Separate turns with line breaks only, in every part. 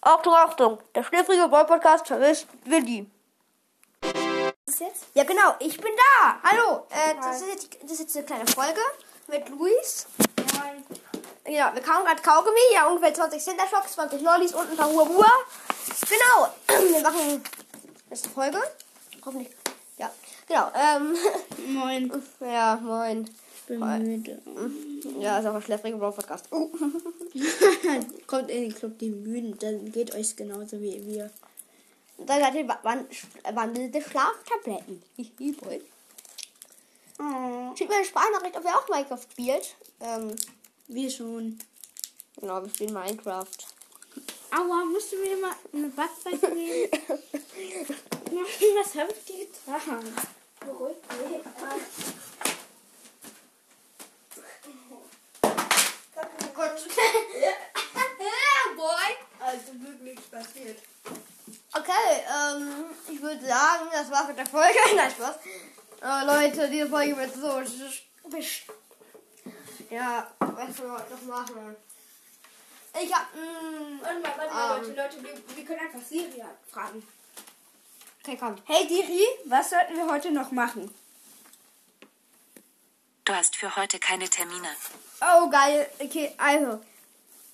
Achtung, Achtung, der schniffrige Boy-Podcast vermisst Willi.
Ist jetzt? Ja, genau, ich bin da. Hallo, äh, das, ist jetzt, das ist jetzt eine kleine Folge mit Luis. Ja, wir kamen gerade Kaugummi, ja, ungefähr 20 Center Shocks, 20 Lollis und ein paar Hua Hua. Genau, wir machen nächste Folge. Hoffentlich. Ja, genau, ähm,
Moin.
ja, moin. Mm.
Bin müde.
Ja, ist auch ein schläfriger Bro-Podcast. Oh,
Kommt in den Club die Müden, dann geht euch genauso wie wir.
dann hat er wan- sch- wandelnde Schlaftabletten. Hihi, boy.
Oh.
Schickt mir eine Sprachnachricht, ob ihr auch Minecraft spielt. Ähm,
Wir schon.
genau, wir spielen Minecraft.
Aua, musst du mir mal eine Backpfeife geben? Mann, Was hab ich dir getan?
Oh Also wirklich passiert.
Okay, ähm, ich würde sagen, das war's mit der Folge. Nein, Spaß. Äh, Leute, diese Folge wird so sch- bisch. Ja, was wir heute noch machen. Ich hab, mh,
Warte mal, warte mal,
Ähm.
Leute, Leute, wir, wir können einfach Siri fragen.
okay, komm.
Hey Diri, was sollten wir heute noch machen?
Du hast für heute keine Termine.
Oh, geil. Okay, also.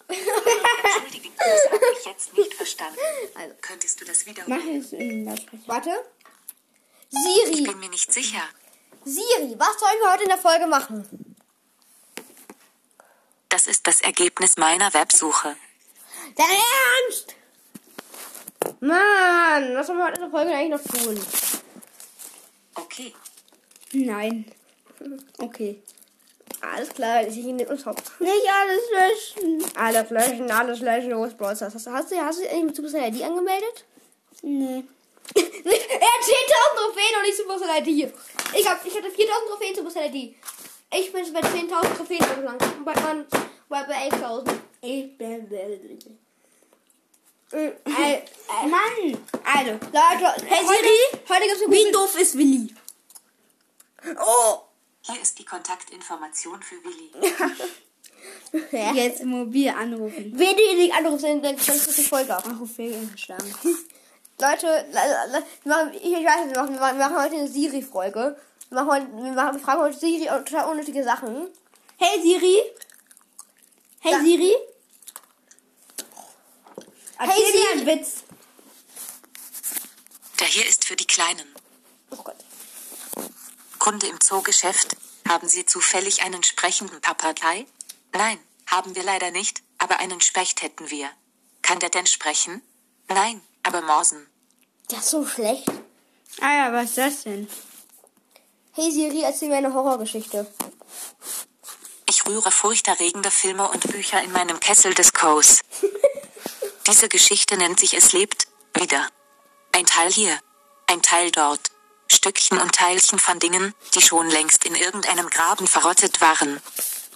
Entschuldigung, das habe ich jetzt nicht verstanden.
Also.
Könntest du das wiederholen?
Mach es in der Sprecher.
Warte.
Ich
Siri,
bin mir nicht sicher.
Siri, was sollen wir heute in der Folge machen?
Das ist das Ergebnis meiner Websuche.
Dein Ernst? Mann, was sollen wir heute in der Folge eigentlich noch tun?
Okay.
Nein. Okay.
Alles klar, ich nehme uns Haupt.
Nicht alles löschen.
Alles löschen, alles löschen, los, Bros. Hast, hast, hast, du- hast du dich eigentlich mit Supercell ID angemeldet?
Nee.
er hat 10.000 Trophäen und ich Supercell ID. Ich, hab, ich hatte 4.000 Trophäen Supercell ID. Ich bin bei 10.000 Trophäen angelangt. Und Bei, man, bei, bei 11.000.
Ich bin blöd.
Äh,
Mann! Also,
Leute, hey Siri, heute gibt's eine
wie
gute...
doof ist Willi?
Oh!
Hier ist die Kontaktinformation für Willi.
Jetzt mobil anrufen.
Wenn du den Anruf sind, dann kannst du die Folge auf.
Anruf fehlgeschlagen.
Leute, la- la- wir machen, ich, ich weiß nicht, wir machen, wir machen- wir machen heute eine Siri-Folge. Wir, machen heute- wir, machen- wir fragen heute Siri total unnötige Sachen.
Hey Siri! Hey
Ja.
Siri! Erzähl
Hey,
mir
Siri.
einen Witz.
Der hier ist für die Kleinen.
Oh Gott.
Kunde im Zoogeschäft. Haben Sie zufällig einen sprechenden Papagei? Nein, haben wir leider nicht, aber einen Specht hätten wir. Kann der denn sprechen? Nein, aber morsen.
Das ist so schlecht.
Ah ja, was ist das denn?
Hey Siri, erzähl mir eine Horrorgeschichte.
Ich rühre furchterregende Filme und Bücher in meinem Kessel des Kos. Diese Geschichte nennt sich Es lebt wieder. Ein Teil hier, ein Teil dort. Stückchen und Teilchen von Dingen, die schon längst in irgendeinem Graben verrottet waren.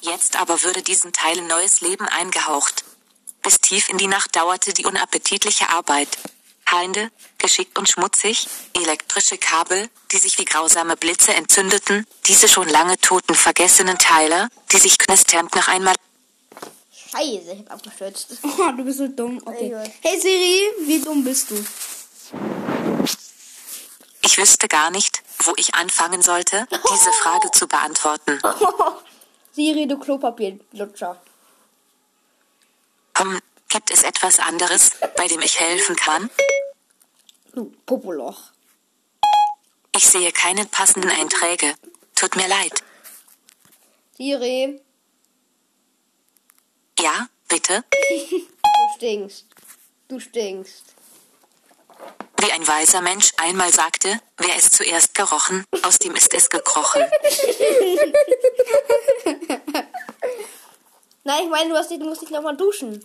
Jetzt aber würde diesen Teilen neues Leben eingehaucht. Bis tief in die Nacht dauerte die unappetitliche Arbeit. Heinde, geschickt und schmutzig, elektrische Kabel, die sich wie grausame Blitze entzündeten, diese schon lange toten vergessenen Teile, die sich knisternd noch einmal
Scheiße, ich hab abgestürzt.
Oh, du bist so dumm. Okay.
Ich weiß.
Hey Siri, wie dumm bist du?
Ich wüsste gar nicht, wo ich anfangen sollte, diese Frage zu beantworten.
Siri, du Klopapierlutscher.
Hm, gibt es etwas anderes, bei dem ich helfen kann?
Du Popoloch.
Ich sehe keine passenden Einträge. Tut mir leid.
Siri,
Ja, bitte?
du stinkst. Du stinkst.
Wie ein weiser Mensch einmal sagte, wer es zuerst gerochen, aus dem ist es gekrochen.
Nein, ich meine, du, hast dich, du musst dich nochmal duschen.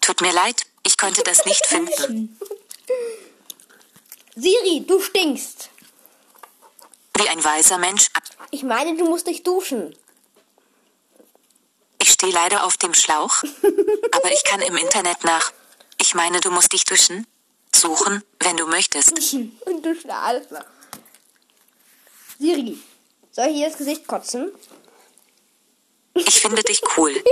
Tut mir leid, ich konnte das nicht finden.
Siri, du stinkst.
Wie ein weiser Mensch.
Ich meine, du musst dich duschen.
Ich stehe leider auf dem Schlauch, aber ich kann im Internet nach. Ich meine, du musst dich duschen. Suchen, wenn du möchtest.
Und duschen, alles klar. Siri, soll ich ihr ins Gesicht kotzen?
Ich finde dich cool.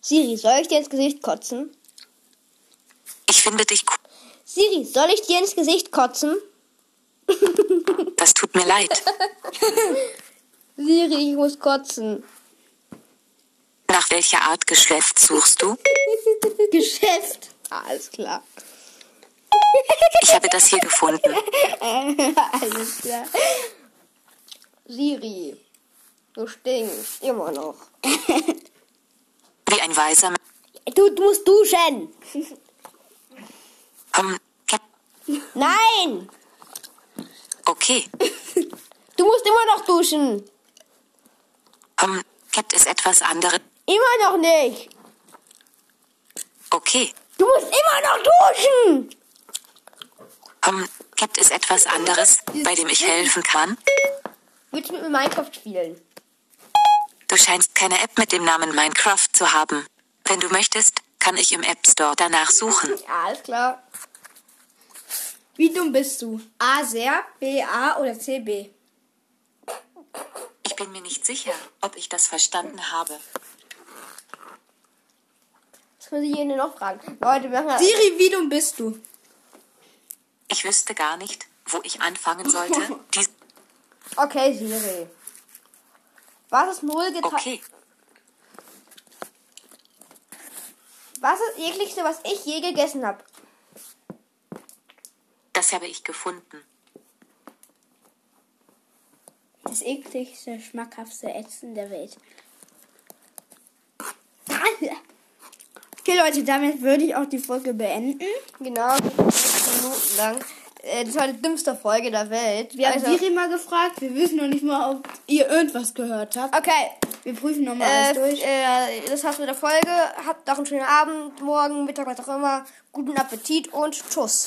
Siri, soll ich dir ins Gesicht kotzen?
Ich finde dich cool.
Siri, soll ich dir ins Gesicht kotzen?
Das tut mir leid.
Siri, ich muss kotzen.
Nach welcher Art Geschäft suchst du?
Geschäft. Alles klar.
Ich habe das hier gefunden.
Alles klar. Siri, du stinkst immer noch.
Wie ein weiser Mann.
Du, du musst duschen.
Hm.
Nein,
Okay.
du musst immer noch duschen.
Hm. Gibt es etwas anderes?
Immer noch nicht.
Okay.
Du musst immer noch duschen.
Hm. Gibt es etwas anderes, bei dem ich helfen kann?
Willst du mit mir Minecraft spielen?
Du scheinst keine App mit dem Namen Minecraft zu haben. Wenn du möchtest, kann ich im App Store danach suchen.
Ja, alles klar.
Wie dumm bist du? A sehr, B A oder C B?
Ich bin mir nicht sicher, ob ich das verstanden habe.
Das muss ich Ihnen noch fragen. Leute, wir machen
Siri, wie dumm bist du?
Ich wüsste gar nicht, wo ich anfangen sollte. Dies
Okay, Siri. Was ist null geteilt?
okay.
Was ist das ekligste, was ich je gegessen habe?
Das habe ich gefunden.
Das ekligste, schmackhafteste Ätzen der Welt.
Okay, Leute, damit würde ich auch die Folge beenden.
Genau, 15 Minuten lang. Äh, Das war die dümmste Folge der Welt.
Wir
Also-
haben Siri mal gefragt. Wir wissen noch nicht mal, ob ihr irgendwas gehört habt.
Okay,
Wir prüfen nochmal
äh,
alles durch.
äh, das war's mit der Folge. Habt noch einen schönen Abend, morgen, Mittag, was auch immer. Guten Appetit und tschüss.